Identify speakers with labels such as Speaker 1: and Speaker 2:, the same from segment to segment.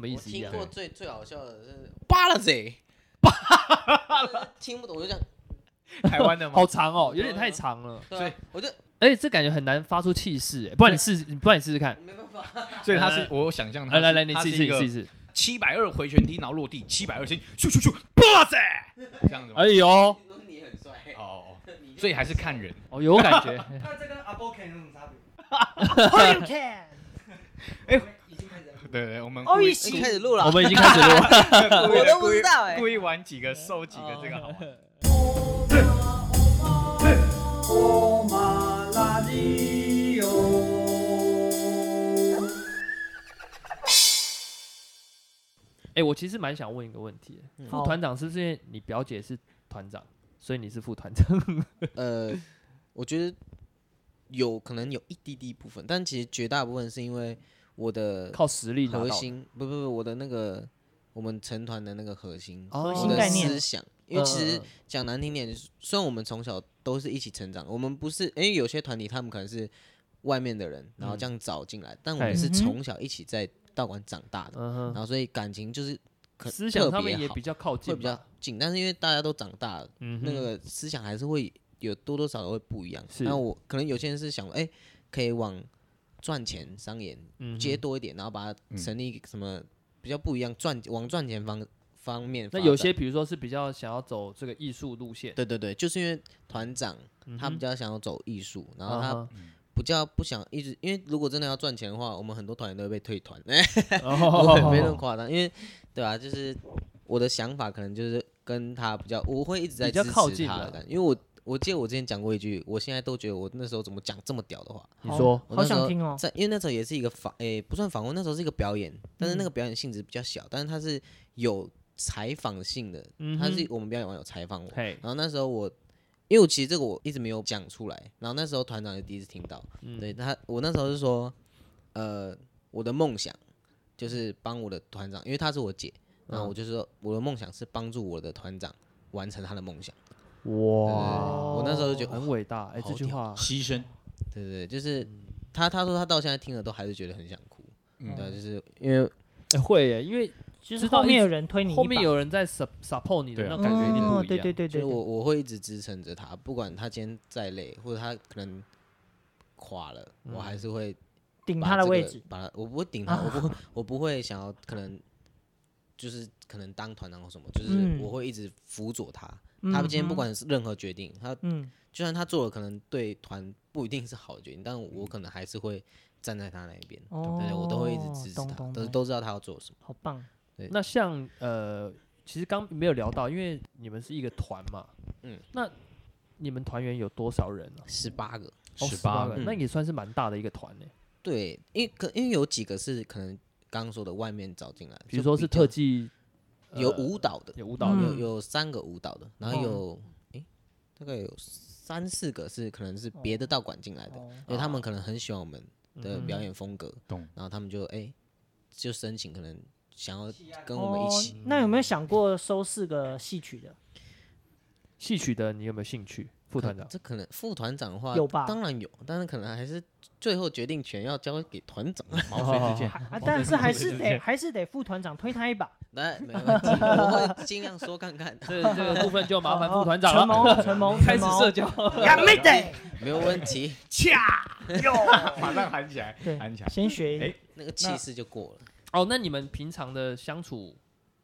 Speaker 1: 什么意
Speaker 2: 我
Speaker 1: 思一
Speaker 2: 听
Speaker 1: 样？
Speaker 2: 过最最好笑的是，
Speaker 3: 扒拉 贼，
Speaker 2: 听不懂我就这样，
Speaker 3: 台湾的吗？
Speaker 1: 好长哦，有点太长了。
Speaker 2: 对
Speaker 3: 所
Speaker 2: 啊
Speaker 3: 以，
Speaker 2: 我就
Speaker 1: 而且这感觉很难发出气势，哎不然你试，你不然你试试看。
Speaker 2: 没办法，
Speaker 3: 所以他是我想象他
Speaker 1: 来
Speaker 2: 嗯
Speaker 3: 是，
Speaker 1: 来来，你
Speaker 3: 他
Speaker 1: 试
Speaker 3: 是
Speaker 1: 一试，
Speaker 3: 一
Speaker 1: 你试一
Speaker 3: 个
Speaker 1: 试。
Speaker 3: 七百二回旋踢，然后落地七百二先咻咻咻，哇塞，这样子吗？
Speaker 1: 哎呦，
Speaker 2: 你很帅，
Speaker 3: 哦，
Speaker 2: 你就
Speaker 3: 所以还 是看人。
Speaker 1: 哦，有感觉。
Speaker 4: 那这跟阿波 can 有什么差别？已经开始了。
Speaker 3: 对对，我们
Speaker 4: 哦
Speaker 3: 故意
Speaker 4: 一
Speaker 2: 已经开始录了
Speaker 1: 我，们已经开始录了。
Speaker 3: 故意
Speaker 2: 我
Speaker 3: 的
Speaker 2: 都不知道哎
Speaker 3: 故意玩几个，收几个，这个好玩。
Speaker 4: 我马拉里
Speaker 1: 哎，我其实蛮想问一个问题，副团长是不是因为你表姐是团长， 所以你是副团长？
Speaker 2: 呃，我觉得有可能有一滴滴部分，但其实绝大部分是因为我的
Speaker 1: 靠实力拿到
Speaker 2: 核
Speaker 1: 的。
Speaker 2: 心，不不不，我的那个我们成团的那个核心，
Speaker 1: 哦核
Speaker 2: 我
Speaker 1: 心
Speaker 2: 的
Speaker 4: 概念
Speaker 2: 思想，因为其
Speaker 1: 嗯
Speaker 2: 实
Speaker 1: 嗯嗯
Speaker 2: 讲难听点，就是虽然我们从小都是一起成长，我们不是，因为有些团体他们可能是外面的人，
Speaker 1: 嗯
Speaker 2: 然后这样找进来，但我
Speaker 1: 哎
Speaker 2: 们是
Speaker 4: 嗯哼
Speaker 2: 从小一起在道馆长大的，
Speaker 1: 嗯
Speaker 2: 然后所以感情就是
Speaker 1: 哼，
Speaker 2: 可
Speaker 1: 思想
Speaker 2: 特
Speaker 1: 上
Speaker 2: 别
Speaker 1: 面也
Speaker 2: 好
Speaker 1: 比较靠
Speaker 2: 会
Speaker 1: 近，
Speaker 2: 比较，近，但是因为大家都长大了，
Speaker 1: 嗯
Speaker 2: 那
Speaker 1: 哼，
Speaker 2: 个思想还是会有多多少少会不一样。
Speaker 1: 是
Speaker 2: 那我可能有些人是想，哎、可以往赚钱、商演
Speaker 1: 嗯
Speaker 2: 接
Speaker 1: 哼
Speaker 2: 多一点，然后把它
Speaker 3: 嗯
Speaker 2: 成立一个什么比较不一样，赚往赚钱方方面发
Speaker 1: 那
Speaker 2: 展。
Speaker 1: 有些比如说是比较想要走这个艺术路线，
Speaker 2: 对对对，就是因为团长
Speaker 1: 嗯
Speaker 2: 他比
Speaker 1: 哼
Speaker 2: 较想要走艺术，然后
Speaker 1: 啊
Speaker 2: 他
Speaker 1: 哈
Speaker 2: 比较不想一直，因为如果真的要赚钱的话，我们很多团员都会被退团，
Speaker 1: 哦，
Speaker 2: 没那么夸张，因为对啊，就是我的想法可能就是跟他比较，我会一直在
Speaker 1: 比较
Speaker 2: 支持
Speaker 1: 靠近
Speaker 2: 他
Speaker 1: 了
Speaker 2: 的感觉，因为我我记得我之前讲过一句，我现在都觉得我那时候怎么讲这么屌的话，
Speaker 1: 你说
Speaker 2: 我那
Speaker 4: 好
Speaker 2: 时
Speaker 4: 想
Speaker 2: 候
Speaker 4: 听哦。
Speaker 2: 在因为那时候也是一个访，诶、不算访问，那时候是一个表演，但
Speaker 1: 嗯
Speaker 2: 是那个表演性质比较小，但是它是有采访性的，
Speaker 1: 嗯
Speaker 2: 它
Speaker 1: 哼
Speaker 2: 是我们表演完有采访我，
Speaker 1: 嘿，
Speaker 2: 然后那时候我，因为我其实这个我一直没有讲出来，然后那时候团长也第一次听到，
Speaker 1: 嗯
Speaker 2: 对他，我那时候是说，呃，我的梦想就是帮我的团长，因为她是我姐，然后我就说我的梦想是帮助我的团长完成他的梦想，
Speaker 1: 哇，
Speaker 2: 我那时候就觉得
Speaker 1: 很伟大，哎，
Speaker 2: 好
Speaker 1: 这句
Speaker 2: 屌
Speaker 1: 话
Speaker 3: 牺牲，
Speaker 2: 对对对，就是
Speaker 1: 嗯
Speaker 2: 他他说他到现在听了都还是觉得很想哭，
Speaker 3: 嗯
Speaker 2: 对啊，就是因为
Speaker 1: 哎会耶，因为
Speaker 4: 就是
Speaker 1: 知道
Speaker 4: 后面
Speaker 1: 一
Speaker 4: 有人推你一把，
Speaker 1: 后面有人在 sup- support 你的
Speaker 3: 对
Speaker 1: 那
Speaker 3: 啊
Speaker 4: 哦
Speaker 1: 种感觉一定不一样，
Speaker 4: 对对对
Speaker 2: 就
Speaker 4: 对
Speaker 2: 是
Speaker 4: 对，
Speaker 2: 我我会一直支撑着他，不管他今天再累，或者他可能垮了，我还是会
Speaker 4: 顶
Speaker 2: 把
Speaker 4: 他的
Speaker 2: 这个
Speaker 4: 位置。啊
Speaker 2: 把他我不会顶他，我不会我不会想要可能就是可能当团长或什么，就是
Speaker 4: 嗯
Speaker 2: 我会一直辅佐他。
Speaker 4: 嗯
Speaker 2: 他今天
Speaker 4: 哼
Speaker 2: 不，管是任何决定，他
Speaker 4: 嗯，
Speaker 2: 就算他做了可能对团不一定是好的决定，但我可能还是会站在他那一边，
Speaker 4: 哦
Speaker 2: 对，我都会一直支持
Speaker 4: 懂
Speaker 2: 他，
Speaker 4: 懂
Speaker 2: 都
Speaker 4: 懂
Speaker 2: 都知道他要做什么。
Speaker 4: 好棒。
Speaker 1: 那像呃，其实刚没有聊到，因为你们是一个团嘛，嗯
Speaker 2: 嗯，
Speaker 1: 那你们团员有多少人呢？
Speaker 2: 十八个，
Speaker 1: 哦
Speaker 3: 18
Speaker 1: 个，
Speaker 2: 个
Speaker 1: 那
Speaker 2: 嗯
Speaker 1: 也算是蛮大的一个团呢。
Speaker 2: 对，因为可因为有几个是可能刚刚说的外面找进来，
Speaker 1: 比如
Speaker 2: 就
Speaker 1: 说是
Speaker 2: 较
Speaker 1: 特技，呃
Speaker 2: 有舞蹈的，
Speaker 1: 有舞蹈
Speaker 4: 嗯
Speaker 1: 的，
Speaker 2: 有有三个舞蹈的，然后
Speaker 4: 哦
Speaker 2: 有诶大概有三四个是可能是别的道馆进来的，
Speaker 4: 哦
Speaker 2: 因为他们可能很喜欢我们的
Speaker 1: 嗯哼
Speaker 2: 表演风格，
Speaker 3: 懂
Speaker 2: 然后他们就诶就申请可能想要跟我们一起。
Speaker 4: 哦那有没有想过收四个戏曲的？
Speaker 1: 戏曲的，你有没有兴趣？副团长，
Speaker 2: 这可能副团长的话
Speaker 4: 有吧
Speaker 2: 当然有，但是可能还是最后决定权要交给 团长。
Speaker 3: 毛遂自
Speaker 2: 哦
Speaker 3: 荐，
Speaker 4: 啊，但是还是得还是得副团长推他一把。
Speaker 2: 来，哎没问题，我会尽量说看 看，
Speaker 1: 这这个部分就麻烦副团
Speaker 4: 哦陈
Speaker 1: 长了，
Speaker 4: 萌，陈萌，
Speaker 1: 开始社
Speaker 4: 交。
Speaker 1: 交。
Speaker 4: 没得，
Speaker 2: 没有问题，
Speaker 3: 马上喊起来，喊起来。
Speaker 4: 先学一
Speaker 3: 哎
Speaker 2: 那个气势就过了。
Speaker 1: 哦，那你们平常的相处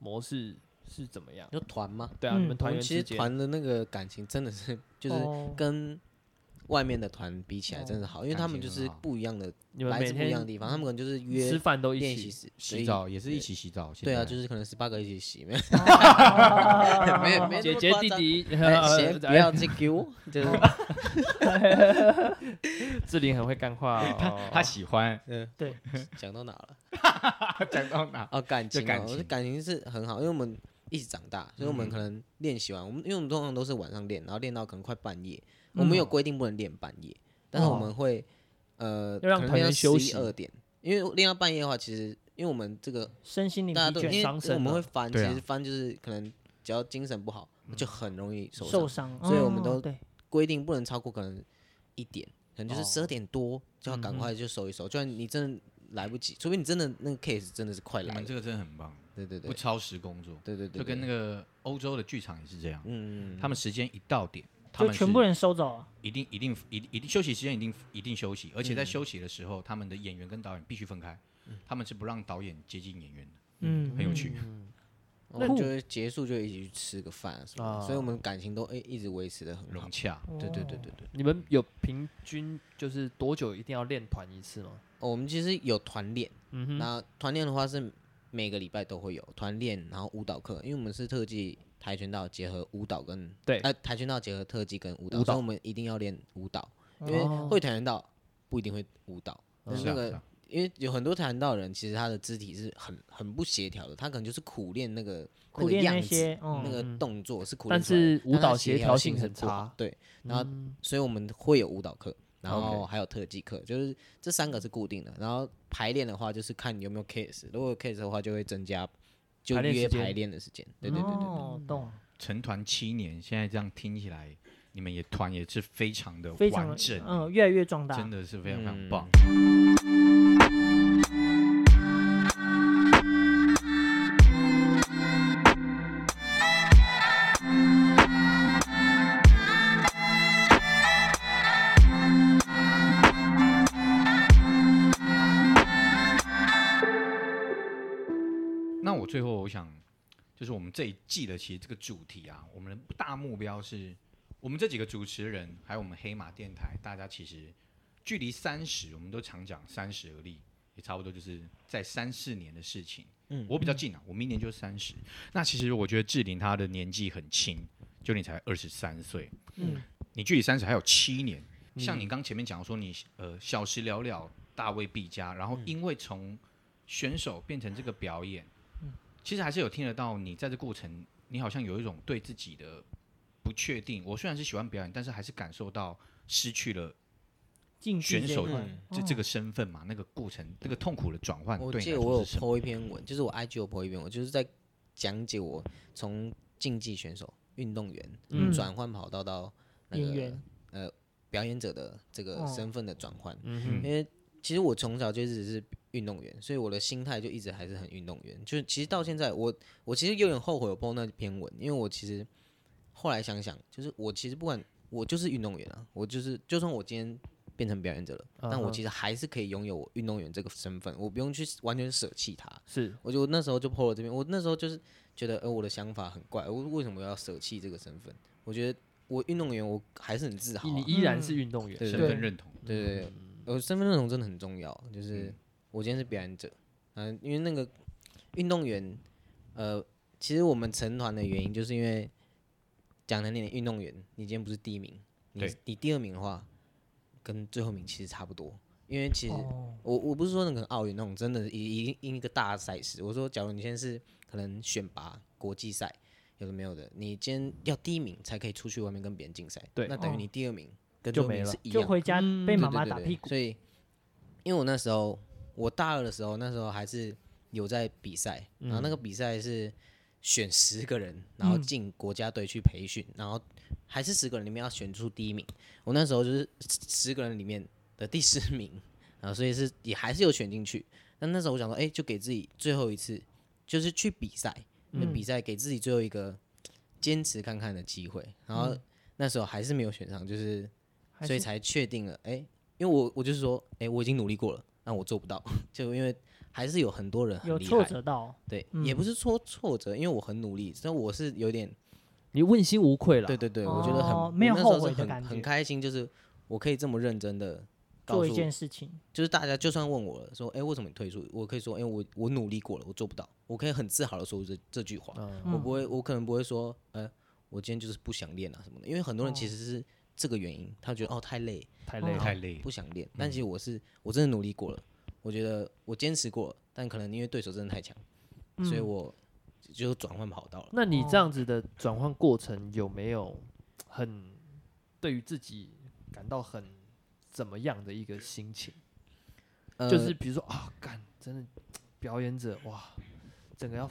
Speaker 1: 模式是怎么样？
Speaker 2: 有团吗？
Speaker 1: 对啊，
Speaker 4: 嗯
Speaker 1: 你们
Speaker 2: 我
Speaker 1: 团
Speaker 2: 们
Speaker 1: 员
Speaker 2: 其
Speaker 1: 之
Speaker 2: 实
Speaker 1: 间，
Speaker 2: 团的那个感情真的是就是
Speaker 4: 哦
Speaker 2: 跟外面的团比起来真的好，因为
Speaker 3: 感
Speaker 2: 他们就
Speaker 3: 情
Speaker 2: 是
Speaker 3: 很好
Speaker 2: 不一样的，
Speaker 1: 你们
Speaker 2: 来
Speaker 1: 每
Speaker 2: 自不一样
Speaker 1: 天
Speaker 2: 的地方，他们可能就是约
Speaker 1: 吃饭都一
Speaker 2: 练习
Speaker 1: 起，
Speaker 2: 时
Speaker 3: 洗，澡也是一起洗澡，
Speaker 2: 对对啊，就是是可能十八个一起洗，没有 没有
Speaker 4: 哦
Speaker 2: 没有
Speaker 1: 姐
Speaker 2: 那么
Speaker 1: 姐
Speaker 2: 夸
Speaker 1: 弟
Speaker 2: 张
Speaker 1: 弟，
Speaker 2: 哎
Speaker 1: 呃
Speaker 2: 先不
Speaker 1: 哎
Speaker 2: 要这给我，就是
Speaker 1: 志玲很会干话哦。
Speaker 3: 他喜欢
Speaker 2: 嗯
Speaker 4: 对，
Speaker 2: 讲到哪了？
Speaker 3: 讲到哪？
Speaker 2: 哦，感
Speaker 3: 就
Speaker 2: 情
Speaker 3: 感
Speaker 2: 啊，我觉得
Speaker 3: 情
Speaker 2: 感情是很好，因为我们一起长大，所以我
Speaker 1: 嗯
Speaker 2: 们可能练习完，我们因为我们通常都是晚上练，然后练到可能快半夜，
Speaker 1: 嗯
Speaker 2: 我们有规定不能练半夜，但是我们会呃，
Speaker 1: 哦要让团员休息
Speaker 2: 二点，因为练到半夜的话，其实因为我们这个
Speaker 4: 身心灵
Speaker 2: 大家都
Speaker 4: 疲
Speaker 2: 因
Speaker 4: 倦，
Speaker 2: 为
Speaker 1: 伤身
Speaker 2: 我们
Speaker 1: 啊
Speaker 2: 会翻，其
Speaker 3: 对啊
Speaker 2: 实翻就是可能只要精神不好，就很容易受
Speaker 4: 受
Speaker 2: 伤。
Speaker 4: 伤，
Speaker 2: 所以我们
Speaker 4: 哦
Speaker 2: 都
Speaker 4: 对，
Speaker 2: 规定不能超过可能一点，可能就是
Speaker 1: 哦
Speaker 2: 十二点多就要
Speaker 1: 嗯
Speaker 2: 赶
Speaker 1: 哼
Speaker 2: 快就收一收，就算你真的来不及，除非你真的那个 case 真的是快
Speaker 3: 你
Speaker 2: 来
Speaker 3: 们
Speaker 2: 了，
Speaker 3: 这个真的很棒，
Speaker 2: 对对对
Speaker 3: 不，超时工作，
Speaker 2: 对对对，
Speaker 3: 就跟那
Speaker 2: 个
Speaker 3: 个欧洲的剧场也是这样，
Speaker 2: 嗯，
Speaker 3: 他们时间一到点，他
Speaker 4: 就
Speaker 3: 们是
Speaker 4: 全部人收走啊了。
Speaker 3: 一定一定一定一定休息时间一定一定休息，而且
Speaker 4: 嗯
Speaker 3: 在休息的时候，他们的演员跟导演必须分开，他们是不让导演接近演员的，
Speaker 4: 嗯，
Speaker 3: 很有趣。
Speaker 2: 我
Speaker 4: 那
Speaker 2: 们就是结束就一起去吃个饭啊什么
Speaker 1: 啊
Speaker 2: 的，所以我们感情都哎一直维持的很好
Speaker 3: 融。洽。
Speaker 4: 哦
Speaker 2: 对对对对对，
Speaker 1: 你们有平均就是多久一定要练团一次吗？
Speaker 2: 哦我们其实有团练，
Speaker 1: 嗯哼，
Speaker 2: 那团练的话是每个礼拜都会有团练，然后舞蹈课，因为我们是特技跆拳道结合舞蹈跟
Speaker 1: 对
Speaker 2: 呃跆拳道结合特技跟舞蹈，
Speaker 1: 舞蹈
Speaker 2: 所以我们一定要练舞蹈，因为
Speaker 1: 哦
Speaker 2: 会跆拳道不一定会舞蹈，
Speaker 4: 哦
Speaker 2: 但是
Speaker 3: 是
Speaker 2: 那
Speaker 3: 啊，
Speaker 2: 个
Speaker 3: 是啊
Speaker 2: 因为有很多跆拳道的人，其实他的肢体是很很不协调的，他可能就是苦练那个
Speaker 4: 嗯苦练
Speaker 2: 那个
Speaker 4: 那
Speaker 2: 样子
Speaker 4: 些，
Speaker 2: 那
Speaker 4: 嗯，
Speaker 2: 个
Speaker 1: 嗯
Speaker 2: 动作是苦练
Speaker 1: 但
Speaker 2: 出来的，
Speaker 1: 是舞
Speaker 2: 但他
Speaker 1: 蹈
Speaker 2: 协
Speaker 1: 协
Speaker 2: 调
Speaker 1: 调性
Speaker 2: 很
Speaker 1: 很
Speaker 2: 不好
Speaker 1: 差，
Speaker 2: 对，然后
Speaker 1: 嗯
Speaker 2: 所以我们会有舞蹈课，然
Speaker 1: OK
Speaker 2: 后还有特技课，就是这三个是固定的。然后排练的话，就是看有没有 case，如果有 case 的话，就会增加就
Speaker 1: 排练
Speaker 2: 约
Speaker 1: 时间
Speaker 2: 排练的时间。对对对对
Speaker 4: 哦，懂，
Speaker 3: 成团七年，现在这样听起来，你们也团也是非常的
Speaker 4: 非常
Speaker 3: 完整，
Speaker 4: 嗯，越来越壮大
Speaker 3: 真。的是非常非常
Speaker 2: 嗯
Speaker 3: 棒。那我最后我想，就是我们这一季的其实这个主题啊，我们的大目标是我们这几个主持人，还有我们黑马电台，大家其实距离三十，我们都常讲三十而立，也差不多就是在三四年的事情。嗯，我比较近啊，我明年就三十。那其实我觉得志玲她的年纪很轻，就你才二十三岁，
Speaker 4: 嗯，
Speaker 3: 你距离三十还有七年。像你刚前面讲说你呃小时了了，大未必佳，然后因为从选手变成这个表演，其实还是有听得到你在这过程，你好像有一种对自己的不确定。我虽然是喜欢表演，但是还是感受到失去了
Speaker 4: 竞技
Speaker 3: 选
Speaker 4: 这一
Speaker 3: 手
Speaker 4: 块
Speaker 3: 的这哦这个身份嘛，那个过程，那个痛苦的转换，
Speaker 2: 嗯我
Speaker 3: 对你
Speaker 2: 记
Speaker 3: 来
Speaker 2: 得哦我
Speaker 3: 说
Speaker 2: 有
Speaker 3: 是什么？
Speaker 2: po 一篇文，就是我 IG 有 po 一篇文，就是在讲解我从竞技选手、运动员、
Speaker 4: 嗯
Speaker 2: 转换跑道到那
Speaker 4: 演
Speaker 2: 个
Speaker 4: 员
Speaker 2: 呃表演者的这个
Speaker 4: 哦
Speaker 2: 身份的转换。
Speaker 1: 嗯
Speaker 2: 因为其实我从小就一直是运动员，所以我的心态就一直还是很运动员。就是其实到现在我，我其实有点后悔我碰那篇文，因为我其实后来想想，就是我其实不管我就是运动员啊，我就是就算我今天变成表演者了，但
Speaker 1: 嗯
Speaker 2: 我
Speaker 1: 哼
Speaker 2: 其实还是可以拥有我运动员这个身份，我不用去完全舍弃它。
Speaker 1: 是
Speaker 2: 我就那时候就 PO 了这边，我那时候就是觉得，呃，我的想法很怪，我为什么要舍弃这个身份？我觉得我运动员，我还是很自豪、啊。
Speaker 1: 你依然是运动员，
Speaker 2: 对
Speaker 3: 身
Speaker 2: 对
Speaker 3: 份认同，
Speaker 2: 对对对，我呃身份认同真的很重要。就是我今天是表演者，嗯、因为那个运动员，呃，其实我们成团的原因就是因为讲难听点，运动员你今天不是第一名，你
Speaker 3: 对
Speaker 2: 你第二名的话，跟最后一名其实差不多。因为其实
Speaker 4: 哦，
Speaker 2: 我我不是说那个奥运那种真的一一一个大赛事，我说假如你现在是可能选拔国际赛，有的没有的，你今天要第一名才可以出去外面跟别人竞赛，
Speaker 1: 对
Speaker 2: 那等
Speaker 4: 哦
Speaker 2: 于你第二名跟
Speaker 1: 就
Speaker 2: 最后一
Speaker 1: 没
Speaker 2: 名
Speaker 1: 了
Speaker 2: 是一
Speaker 4: 就
Speaker 2: 样的。
Speaker 4: 回家被
Speaker 2: 对
Speaker 4: 妈
Speaker 2: 嗯对
Speaker 4: 妈
Speaker 2: 对
Speaker 4: 打
Speaker 2: 对
Speaker 4: 屁股。
Speaker 2: 所以，因为我那时候我大二的时候，那时候还是有在比赛，
Speaker 4: 嗯
Speaker 2: 然后那个比赛是选十个人，然后进国家队去培训，然后还是十个人里面要选出第一名。我那时候就是十个人里面的第十名，然后所以是也还是有选进去。但那时候我想说，哎、就给自己最后一次，就是去比赛，
Speaker 4: 嗯
Speaker 2: 那比赛给自己最后一个坚持看看的机会。然
Speaker 4: 嗯
Speaker 2: 后那时候还是没有选上，就是
Speaker 4: 还
Speaker 2: 所以
Speaker 4: 是
Speaker 2: 才确定了。哎、因为我我就是说，哎、我已经努力过了，但我做不到， 就因为还是有很多人很
Speaker 4: 有
Speaker 2: 厉
Speaker 4: 挫
Speaker 2: 害，
Speaker 4: 折到，
Speaker 2: 对，
Speaker 4: 嗯
Speaker 2: 也不是说挫折，因为我很努力，但我是有点，
Speaker 1: 你问心无愧了。
Speaker 2: 对对对，我觉得
Speaker 4: 哦
Speaker 2: 很
Speaker 4: 没有
Speaker 2: 我那时候
Speaker 4: 后悔
Speaker 2: 是
Speaker 4: 的
Speaker 2: 很
Speaker 4: 感觉
Speaker 2: 很开心，就是我可以这么认真的告
Speaker 4: 做
Speaker 2: 诉
Speaker 4: 一，件事情，
Speaker 2: 就是大家就算问我了，说，哎、为什么你退出？我可以说，哎、我我努力过了，我做不到，我可以很自豪的说出这这句话，
Speaker 1: 嗯，
Speaker 2: 我
Speaker 4: 嗯
Speaker 2: 不会，我可能不会说，呃，我今天就是不想练啊什么的，因为很多人
Speaker 4: 哦
Speaker 2: 其实是这个原因，他觉得哦太累，
Speaker 1: 太累
Speaker 4: 哦
Speaker 1: 了。
Speaker 3: 太累了。
Speaker 2: 不想练，
Speaker 1: 嗯
Speaker 2: 但其实我是我真的努力过了，我觉得我坚持过了，但可能因为对手真的太强，所以
Speaker 4: 嗯
Speaker 2: 我就转换跑道了。
Speaker 1: 那你这样子的转换过程有没有很对于自己感到很怎么样的一个心情？
Speaker 2: 呃
Speaker 1: 就是比如说啊，干，真的表演者哇，整个要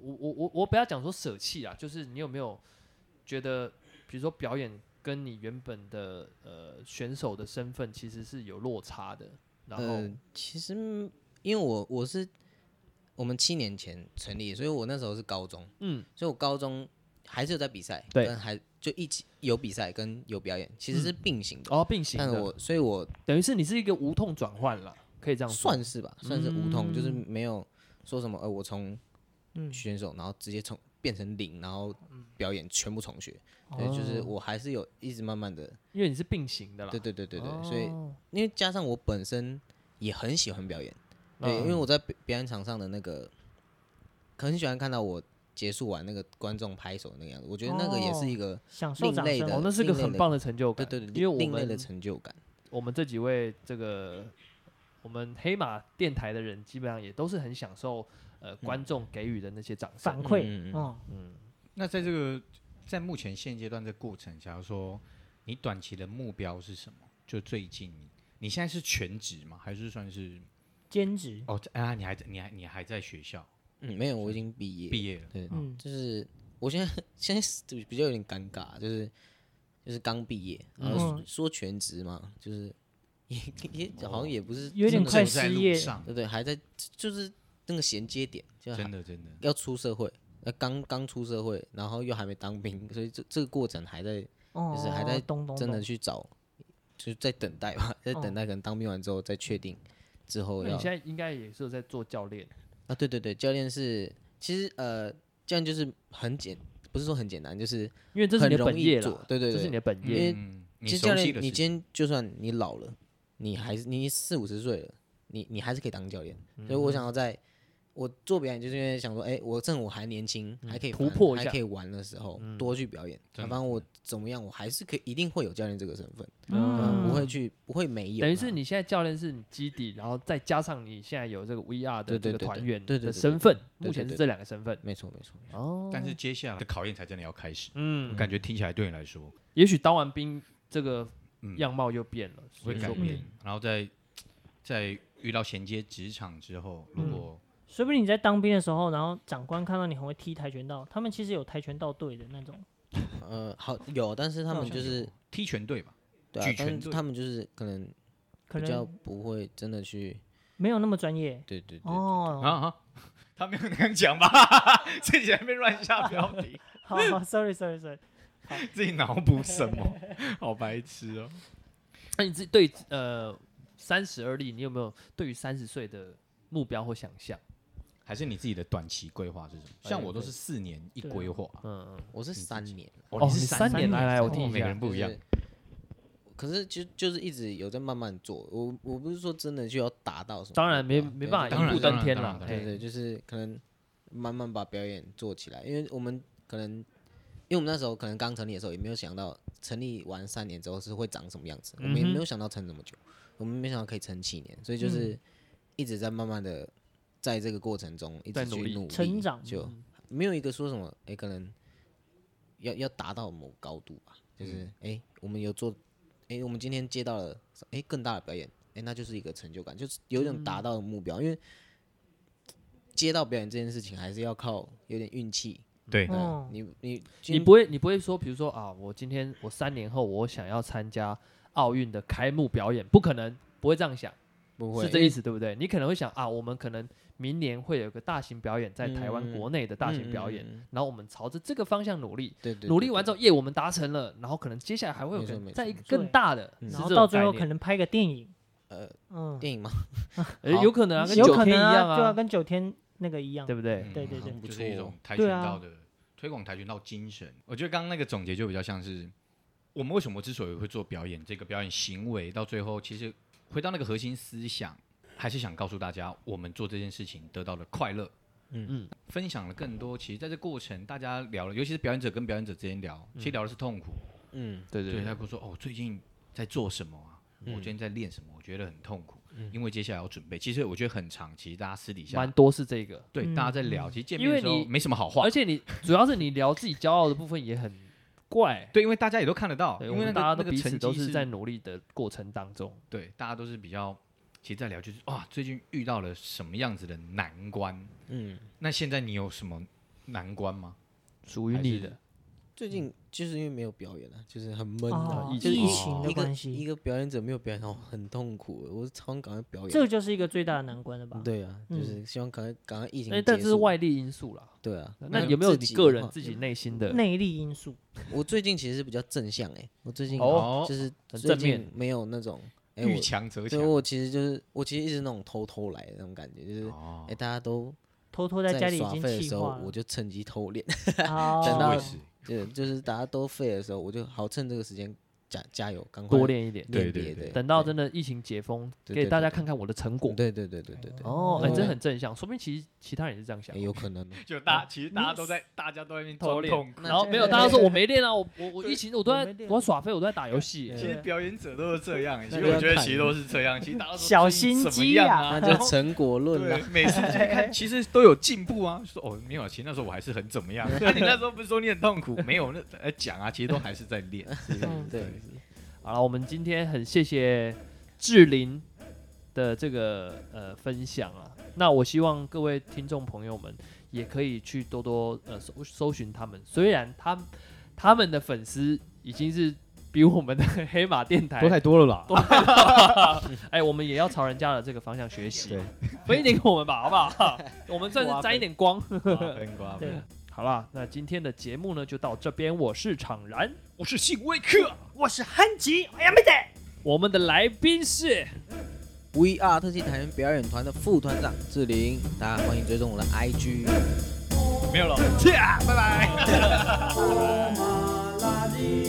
Speaker 1: 我我我我不要讲说舍弃啊，就是你有没有觉得，比如说表演跟你原本的呃选手的身份其实是有落差的？然后、
Speaker 2: 呃，其实因为我我是我们七年前成立，所以我那时候是高中，
Speaker 1: 嗯，
Speaker 2: 所以我高中还是有在比赛，
Speaker 1: 对
Speaker 2: 跟还就一起有比赛跟有表演，其实是并行的。
Speaker 1: 哦并行
Speaker 2: 但
Speaker 1: 的，
Speaker 2: 我所以，我
Speaker 1: 等于是你是一个无痛转换了，可以这样说
Speaker 2: 算是吧，算是无痛，
Speaker 1: 嗯
Speaker 2: 就是没有说什么呃，我从
Speaker 4: 嗯，
Speaker 2: 选手，然后直接从变成零，然后表演全部重学，对，就是我还是有一直慢慢的，
Speaker 1: 因为你是并行哦的啦。
Speaker 2: 对对对对对，所以
Speaker 1: 哦
Speaker 2: 因为加上我本身也很喜欢表演，对，
Speaker 1: 嗯
Speaker 2: 因为我在表表演场上的那个，很喜欢看到我结束完那个观众拍手那个样子，我觉得那个也是一个，
Speaker 4: 享受掌
Speaker 2: 另类
Speaker 4: 声
Speaker 2: 的
Speaker 1: 哦，那是个很棒的成就
Speaker 2: 对
Speaker 1: 哦感。
Speaker 2: 对对，
Speaker 1: 因为我
Speaker 2: 另类的
Speaker 1: 们
Speaker 2: 成就感，
Speaker 1: 我们这几位这个我们黑马电台的人，基本上也都是很享受呃观众给予的那些掌声
Speaker 4: 反。馈
Speaker 2: 嗯嗯嗯嗯
Speaker 4: 哦，
Speaker 3: 那在这个在目前现阶段这个过程，假如说你短期的目标是什么？就最近你你现在是全职吗？还是算是
Speaker 4: 兼职，
Speaker 3: 哦在啊？你还在你还你还在学校
Speaker 2: 嗯，没有，我已经毕业，
Speaker 3: 毕业了？
Speaker 2: 对，
Speaker 4: 嗯，
Speaker 2: 就是我现在现在是比较有点尴尬，就是就是刚毕业，然后说,、
Speaker 4: 嗯
Speaker 2: 全职嘛，就是也也
Speaker 3: 哦
Speaker 2: 好像也不是
Speaker 4: 有点
Speaker 2: 真的
Speaker 4: 快
Speaker 3: 正在
Speaker 4: 失
Speaker 3: 路
Speaker 4: 业
Speaker 3: 上，
Speaker 2: 对对，还在就是那个衔接点，就还
Speaker 3: 真的真的。
Speaker 2: 要出社会，呃，刚刚出社会，然后又还没当兵，所以这这个过程还在
Speaker 4: 哦，哦
Speaker 2: 就是还在
Speaker 4: 咚咚
Speaker 2: 真的
Speaker 4: 咚
Speaker 2: 去找，就是在等待吧，在等待可能当兵完之后再确定之后
Speaker 1: 那
Speaker 2: 要
Speaker 1: 你现在应该也是有在做教练，
Speaker 2: 啊，对对对，教练是其实呃，这样就是很简，不是说很简单，就是
Speaker 1: 因为这是
Speaker 2: 很
Speaker 1: 你的
Speaker 2: 容
Speaker 1: 本
Speaker 2: 易
Speaker 1: 业
Speaker 2: 做
Speaker 1: 了，
Speaker 2: 对对
Speaker 1: 这是
Speaker 2: 对
Speaker 1: 你的本
Speaker 2: 因
Speaker 1: 业。
Speaker 2: 为
Speaker 3: 嗯，你
Speaker 2: 其实
Speaker 3: 熟
Speaker 2: 教
Speaker 3: 悉
Speaker 2: 练
Speaker 3: 的
Speaker 2: 你
Speaker 3: 事情
Speaker 2: 今天就算你老了，你还是你四五十岁了，你你还是可以当教练，
Speaker 3: 嗯
Speaker 2: 所以我想要在。我做表演就是因为想说，哎、我趁我还年轻，还可以
Speaker 1: 突
Speaker 2: 玩
Speaker 1: 破一下
Speaker 2: 还可以玩的时候，多去表演。
Speaker 3: 嗯真
Speaker 2: 反
Speaker 3: 的
Speaker 2: 正我怎么样，我还是可以，一定会有教练这个身份，
Speaker 1: 嗯
Speaker 2: 嗯、
Speaker 4: 嗯
Speaker 2: 不会去，不会没有啦。
Speaker 1: 等于是你现在教练是你基底，然后再加上你现在有这个 VR 的
Speaker 2: 对
Speaker 1: 这
Speaker 2: 对
Speaker 1: 个
Speaker 2: 对对
Speaker 1: 团员
Speaker 2: 对对
Speaker 1: 的
Speaker 2: 对对
Speaker 1: 身份，
Speaker 2: 对
Speaker 1: 目前
Speaker 2: 对
Speaker 1: 是
Speaker 2: 对
Speaker 1: 这两个身份
Speaker 2: 没错没错，没错
Speaker 1: 哦。
Speaker 3: 但是接下来的考验才真的要开始。
Speaker 1: 嗯，
Speaker 3: 感觉听起来对你来说
Speaker 1: 也许当完兵这个
Speaker 3: 嗯
Speaker 1: 样貌又变了，所
Speaker 3: 会
Speaker 2: 嗯
Speaker 1: 以
Speaker 3: 改
Speaker 1: 说
Speaker 4: 嗯不定
Speaker 3: 变，然后在在遇到衔接职场之后，
Speaker 2: 嗯
Speaker 3: 如果
Speaker 4: 说不定你在当兵的时候，然后长官看到你很会踢跆拳道，他们其实有跆拳道队的那种，
Speaker 2: 呃，好有，但是他
Speaker 4: 那好
Speaker 2: 们
Speaker 4: 像
Speaker 2: 就是
Speaker 3: 踢拳队吧，
Speaker 2: 对、啊
Speaker 3: 举，
Speaker 2: 但
Speaker 3: 拳
Speaker 2: 是
Speaker 3: 队
Speaker 2: 他们就是可能
Speaker 4: 可
Speaker 2: 比较
Speaker 4: 能
Speaker 2: 不会真的去，
Speaker 4: 没有那么专业
Speaker 2: 对对对，
Speaker 3: 啊
Speaker 4: 哦。
Speaker 3: 啊，他没有那样讲吧？自己在那边乱下标题，
Speaker 4: 好，sorry sorry sorry，
Speaker 3: 自己脑补什么？好白痴哦！
Speaker 1: 那你自己对呃三十而立，你有没有对于三十岁的目标或想象？
Speaker 3: 还是你自己的短期规划是什么？
Speaker 2: 哎
Speaker 3: 像我都是四年一
Speaker 4: 对啊
Speaker 3: 规划，
Speaker 1: 嗯，
Speaker 2: 我是三年，
Speaker 1: 哦，
Speaker 3: 你
Speaker 1: 你
Speaker 3: 是
Speaker 1: 三年来来，我听
Speaker 3: 哦
Speaker 1: 一
Speaker 3: 每个
Speaker 1: 下
Speaker 3: 人。不一样
Speaker 2: 就是。可是就就是一直有在慢慢做，我我不是说真的就要达到什么目标，
Speaker 1: 当然没没
Speaker 2: 嗯对
Speaker 1: 办法
Speaker 2: 就
Speaker 3: 当
Speaker 1: 一
Speaker 3: 然
Speaker 1: 步登天
Speaker 3: 当
Speaker 1: 了
Speaker 3: 然，当
Speaker 2: 对
Speaker 1: 嘿
Speaker 2: 对，就是可能慢慢把表演做起来，因为我们可能，因为我们那时候可能刚成立的时候，也没有想到成立完三年之后是会长什么样子，我们也
Speaker 1: 嗯哼
Speaker 2: 没有想到撑那么久，我们没想到可以撑七年，所以
Speaker 1: 嗯
Speaker 2: 就是一直在慢慢的在这个过程中一
Speaker 1: 在
Speaker 2: 直去
Speaker 1: 努
Speaker 2: 努
Speaker 1: 力
Speaker 2: 力
Speaker 4: 成长
Speaker 2: 就没有一个说什么，哎，可能要要达到某高度吧，
Speaker 1: 嗯
Speaker 2: 就是哎，我们有做，哎，我们今天接到了哎更大的表演，哎，那就是一个成就感，就是有一种达到的目标，因为。接到表演这件事情，还是要靠有点运气。
Speaker 3: 对
Speaker 2: 对
Speaker 4: 哦，
Speaker 2: 你你
Speaker 1: 你不会你不会说，比如说啊，我今天我三年后我想要参加奥运的开幕表演，不可能，不会这样想，
Speaker 2: 不会嗯
Speaker 1: 是这意思对不对？你可能会想啊，我们可能明年会有个大型表演，在台湾
Speaker 2: 嗯
Speaker 1: 国内的大型表演，
Speaker 2: 嗯嗯嗯嗯
Speaker 1: 然后我们朝着这个方向努力，
Speaker 2: 对对，
Speaker 1: 努力
Speaker 2: 对
Speaker 1: 完之后，耶，我们达成了，然后可能接下来还会有
Speaker 2: 没
Speaker 1: 可
Speaker 2: 错
Speaker 1: 能
Speaker 2: 没错
Speaker 1: 再一个
Speaker 2: 没
Speaker 4: 错
Speaker 1: 更大的，
Speaker 2: 对
Speaker 1: 是
Speaker 4: 然后
Speaker 1: 这
Speaker 4: 到
Speaker 1: 种
Speaker 4: 最后
Speaker 1: 概
Speaker 4: 可
Speaker 1: 念
Speaker 4: 能拍个电影，
Speaker 2: 嗯呃
Speaker 4: 嗯，
Speaker 2: 电影嘛，
Speaker 1: 诶
Speaker 2: 好
Speaker 1: 有可能啊，跟
Speaker 4: 有
Speaker 1: 九
Speaker 4: 可
Speaker 1: 天一
Speaker 4: 能
Speaker 1: 样
Speaker 4: 啊，对啊，跟九天那个一样
Speaker 1: 对，不对？
Speaker 4: 对对对
Speaker 2: 不
Speaker 3: 嗯就是一
Speaker 2: 错
Speaker 3: 种跆拳
Speaker 4: 对啊
Speaker 3: 道的推广跆拳道精神。我觉得刚刚那个总结就比较像是我们为什么之所以会做表演，这个表演行为到最后其实回到那个核心思想，还是想告诉大家，我们做这件事情得到的快乐。
Speaker 2: 嗯
Speaker 1: 嗯，
Speaker 3: 分享了更多。其实在这过程，大家聊了，尤其是表演者跟表演者之间聊，其实聊的是痛苦。
Speaker 2: 嗯，
Speaker 1: 对
Speaker 3: 对，他跟我说：“哦，最近在做什么啊？我
Speaker 2: 嗯
Speaker 3: 最近在练什么？我觉得很痛苦，因为接下来要准备。”其实我觉得很长，其实大家私底下
Speaker 1: 蛮多是这个，
Speaker 3: 对
Speaker 4: 嗯
Speaker 3: 大家在聊，其实见
Speaker 1: 因
Speaker 3: 面
Speaker 1: 为
Speaker 3: 的时候
Speaker 1: 你
Speaker 3: 没什么好话
Speaker 1: 而。且你主要是你聊自己骄傲的部分也很 怪，
Speaker 3: 对，因为大家也都看得到，
Speaker 1: 对，
Speaker 3: 因
Speaker 1: 我
Speaker 3: 为那
Speaker 1: 们
Speaker 3: 个
Speaker 1: 大家都
Speaker 3: 那个
Speaker 1: 彼
Speaker 3: 成
Speaker 1: 此
Speaker 3: 绩
Speaker 1: 都
Speaker 3: 是
Speaker 1: 在努力的过程当中，
Speaker 3: 对，大家都是比较，其实在聊就是哇，最近遇到了什么样子的难关？
Speaker 2: 嗯，
Speaker 3: 那现在你有什么难关吗？
Speaker 1: 属于
Speaker 3: 还
Speaker 1: 你
Speaker 3: 是
Speaker 1: 的，
Speaker 2: 最近就是因为没有表演了、就是很闷啊
Speaker 4: 哦，
Speaker 1: 疫
Speaker 2: 就是
Speaker 1: 情
Speaker 2: 一
Speaker 1: 疫情
Speaker 4: 的
Speaker 2: 一个
Speaker 4: 关系
Speaker 2: 一个表演者没有表演好很痛苦，我超想赶快表演。
Speaker 4: 这个就是一个最大的难关了吧？
Speaker 2: 对啊，就
Speaker 4: 嗯
Speaker 2: 是希望赶快赶快疫情
Speaker 1: 那哎但
Speaker 2: 结
Speaker 1: 这是
Speaker 2: 束。
Speaker 1: 外力因素啦。
Speaker 2: 对啊，
Speaker 1: 那
Speaker 2: 那
Speaker 1: 有没有
Speaker 2: 自
Speaker 1: 你
Speaker 2: 己
Speaker 1: 个
Speaker 2: 的
Speaker 1: 人
Speaker 2: 话
Speaker 1: 自己内心的？
Speaker 4: 内力因素，
Speaker 2: 我最近其实比较正向哎、我最近
Speaker 3: 哦
Speaker 2: 就是
Speaker 1: 很
Speaker 2: 最
Speaker 1: 正面
Speaker 2: 近没有那种哎、
Speaker 3: 遇
Speaker 2: 我
Speaker 3: 强则
Speaker 2: 对
Speaker 3: 强。
Speaker 2: 我其实就是我其实一直那种偷偷来的那种感觉，就是
Speaker 3: 哦
Speaker 2: 哎、，大家都
Speaker 4: 偷偷在家里已
Speaker 2: 耍
Speaker 4: 经
Speaker 2: 废的
Speaker 4: 气
Speaker 2: 时候
Speaker 4: 化，
Speaker 2: 我
Speaker 4: 了。哦
Speaker 2: 就趁机偷 练，
Speaker 4: 好，
Speaker 2: 等
Speaker 3: 我
Speaker 2: 到
Speaker 3: 也是，
Speaker 2: 就就是大家都废的时候，我就好趁这个时间加加油，赶快
Speaker 1: 多练一点，
Speaker 2: 练
Speaker 3: 对对
Speaker 2: 别
Speaker 3: 对
Speaker 2: 的，
Speaker 1: 等到
Speaker 2: 对
Speaker 1: 真的疫情解封，
Speaker 2: 对
Speaker 1: 给
Speaker 2: 对
Speaker 1: 大家
Speaker 2: 对
Speaker 1: 看看我的成果。
Speaker 2: 对对对对对对，
Speaker 1: 哦，哎，
Speaker 2: 对
Speaker 1: 这很正向，说明其实其他人也是这样想
Speaker 2: 哎。有可能哦。
Speaker 3: 就大其实大家都在大家都在那边
Speaker 1: 偷
Speaker 3: 装
Speaker 1: 练
Speaker 3: 痛苦
Speaker 2: 那
Speaker 1: 然后
Speaker 2: 这
Speaker 1: 没有，大家说我没练啊，我我我
Speaker 3: 对
Speaker 1: 疫情我都
Speaker 4: 我
Speaker 1: 在
Speaker 4: 没练
Speaker 1: 我在耍废，我都在打游戏。
Speaker 2: 对
Speaker 3: 其实表演者都是这样，其
Speaker 2: 那
Speaker 3: 实
Speaker 2: 就要
Speaker 3: 我觉得
Speaker 2: 看
Speaker 3: 其实都是这样，其实大家都说最
Speaker 4: 小
Speaker 3: 近
Speaker 4: 心
Speaker 3: 怎么
Speaker 4: 机
Speaker 3: 样
Speaker 4: 啊
Speaker 3: 啊，
Speaker 2: 那
Speaker 3: 然
Speaker 2: 就
Speaker 3: 后
Speaker 2: 成果论
Speaker 3: 对
Speaker 2: 啦，，
Speaker 3: 每次就是看，其实都有进步啊。说哦，没有啊，其实那时候我还是很怎么样。那、你那时候不是说你很痛苦？ 没有，那呃讲啊，其实都还是在练。
Speaker 4: 嗯
Speaker 2: 对，
Speaker 1: 好了，我们今天很谢谢志玲的这个呃分享啊。那我希望各位听众朋友们也可以去多多呃搜搜寻他们，虽然他他们的粉丝已经是比我们的黑马电台
Speaker 5: 多太多了 啦，
Speaker 1: 哎，我们也要朝人家的这个方向学习
Speaker 5: 对，
Speaker 1: 分一点给我们吧，好不 好？我们算是沾一点光。
Speaker 3: 瓜分瓜
Speaker 4: 对
Speaker 3: 分，，
Speaker 1: 好啦，那今天的节目呢就到这边，我是场然，
Speaker 3: 我是信威克。
Speaker 4: 我是憨吉，哎呀没得。
Speaker 1: 我们的来宾是。
Speaker 2: VR 特技台人表演团的副团长志玲，大家欢迎追踪我的 IG。
Speaker 3: 没有了，切、拜拜。